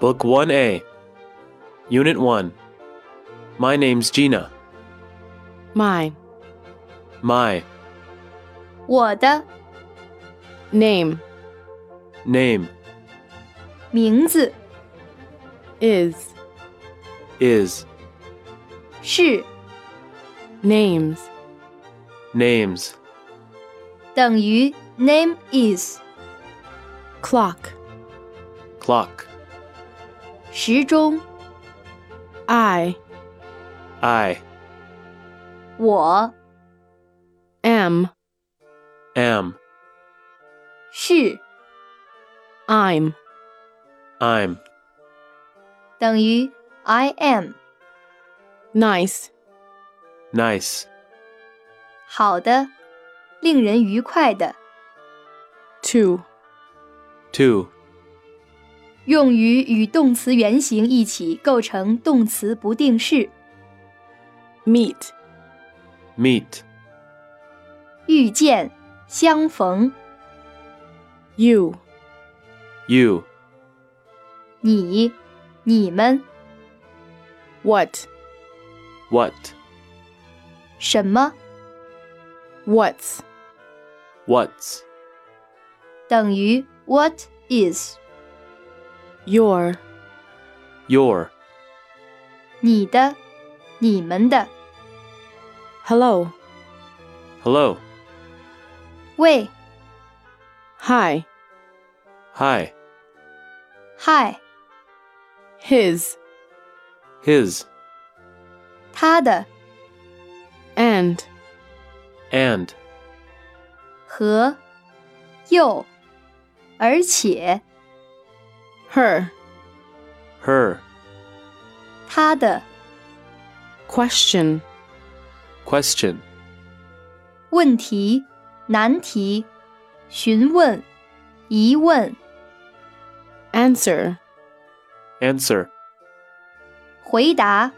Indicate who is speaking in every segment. Speaker 1: Book 1A, Unit 1. My name's Gina.
Speaker 2: My
Speaker 1: My
Speaker 3: 我的
Speaker 2: name
Speaker 1: name
Speaker 3: 名字
Speaker 2: is
Speaker 1: is
Speaker 3: 是
Speaker 2: names
Speaker 1: names
Speaker 3: 等于 name is
Speaker 2: clock
Speaker 1: clock
Speaker 3: 时钟，
Speaker 2: I
Speaker 1: I
Speaker 3: 我
Speaker 2: am
Speaker 1: am
Speaker 3: 是
Speaker 2: I'm
Speaker 1: I'm
Speaker 3: 等于 I am，
Speaker 2: nice
Speaker 1: nice
Speaker 3: 好的，令人愉快的，
Speaker 2: to
Speaker 1: to
Speaker 3: 用于与动词原形一起构成动词不定式，
Speaker 2: meet
Speaker 1: meet
Speaker 3: 遇见、相逢、
Speaker 2: you
Speaker 1: you
Speaker 3: 你、你们、
Speaker 2: what
Speaker 1: what
Speaker 3: 什么
Speaker 2: what's
Speaker 1: what's
Speaker 3: 等于 what is，
Speaker 2: your
Speaker 1: your
Speaker 3: 你的、你们的、
Speaker 2: hello
Speaker 1: hello
Speaker 3: 喂、
Speaker 2: hi
Speaker 1: hi
Speaker 3: 嗨、
Speaker 2: his
Speaker 1: his
Speaker 3: 他的。
Speaker 2: and
Speaker 1: and
Speaker 3: 和又，而且
Speaker 2: her
Speaker 1: her
Speaker 3: 他的
Speaker 2: question
Speaker 1: question
Speaker 3: 问题、难题、询问、疑问、
Speaker 2: answer
Speaker 1: answer
Speaker 3: 回答、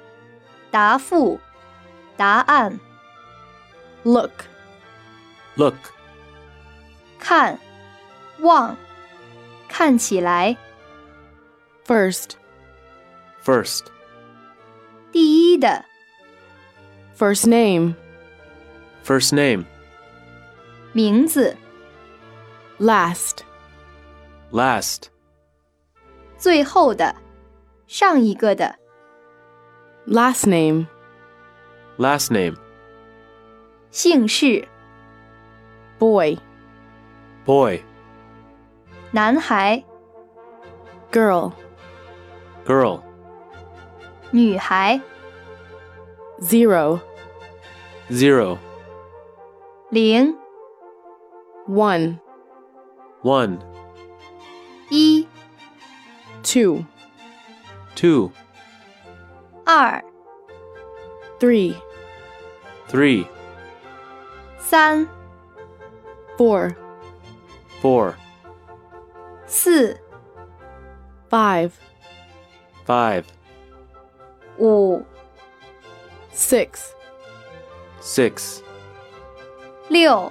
Speaker 3: 答复、答案、
Speaker 2: look
Speaker 1: look
Speaker 3: 看、望、看起来、
Speaker 2: first
Speaker 1: first
Speaker 3: 第一的、
Speaker 2: first name
Speaker 1: first name
Speaker 3: 名字、
Speaker 2: last
Speaker 1: last
Speaker 3: 最后的、上一个的、
Speaker 2: last name
Speaker 1: last name
Speaker 3: 姓氏、
Speaker 2: boy
Speaker 1: boy
Speaker 3: 男孩、
Speaker 2: girl
Speaker 1: girl
Speaker 3: 女孩、
Speaker 2: zero
Speaker 1: zero
Speaker 3: 零、
Speaker 2: one
Speaker 1: one
Speaker 3: 一、
Speaker 2: two
Speaker 1: two
Speaker 3: 二、
Speaker 2: three
Speaker 1: three
Speaker 3: 三、
Speaker 2: four
Speaker 1: four
Speaker 3: 四、
Speaker 2: five
Speaker 1: five
Speaker 3: 五、
Speaker 2: six
Speaker 1: six
Speaker 3: 六、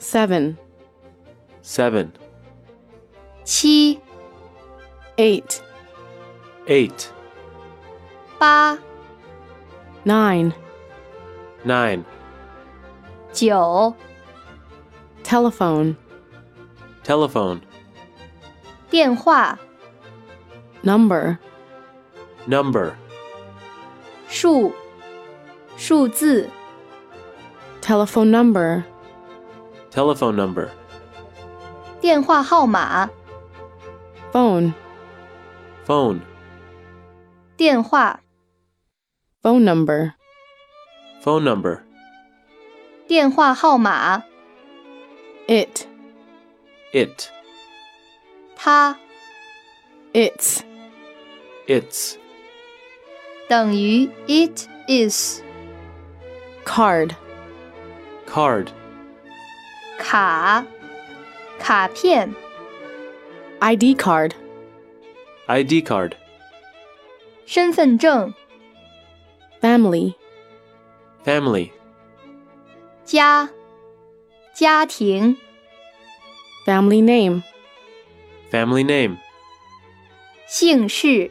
Speaker 2: seven
Speaker 1: seven
Speaker 3: 七、
Speaker 2: eight
Speaker 1: eight
Speaker 3: 八、
Speaker 2: nine
Speaker 1: nine
Speaker 3: 九、
Speaker 2: telephone
Speaker 1: telephone
Speaker 3: 电话、
Speaker 2: number
Speaker 1: number
Speaker 3: 数、数字、
Speaker 2: telephone number
Speaker 1: telephone number
Speaker 3: 电话号码、
Speaker 2: phone
Speaker 1: phone
Speaker 3: 电话、
Speaker 2: phone number
Speaker 1: phone number
Speaker 3: 电话号码、
Speaker 2: it
Speaker 1: it
Speaker 3: 它
Speaker 2: its
Speaker 1: its
Speaker 3: 等于 it is，
Speaker 2: card
Speaker 1: card
Speaker 3: 卡、卡片、
Speaker 2: id card
Speaker 1: id card
Speaker 3: 身份证、
Speaker 2: family
Speaker 1: family
Speaker 3: 家、家庭、
Speaker 2: family name
Speaker 1: family name
Speaker 3: 姓氏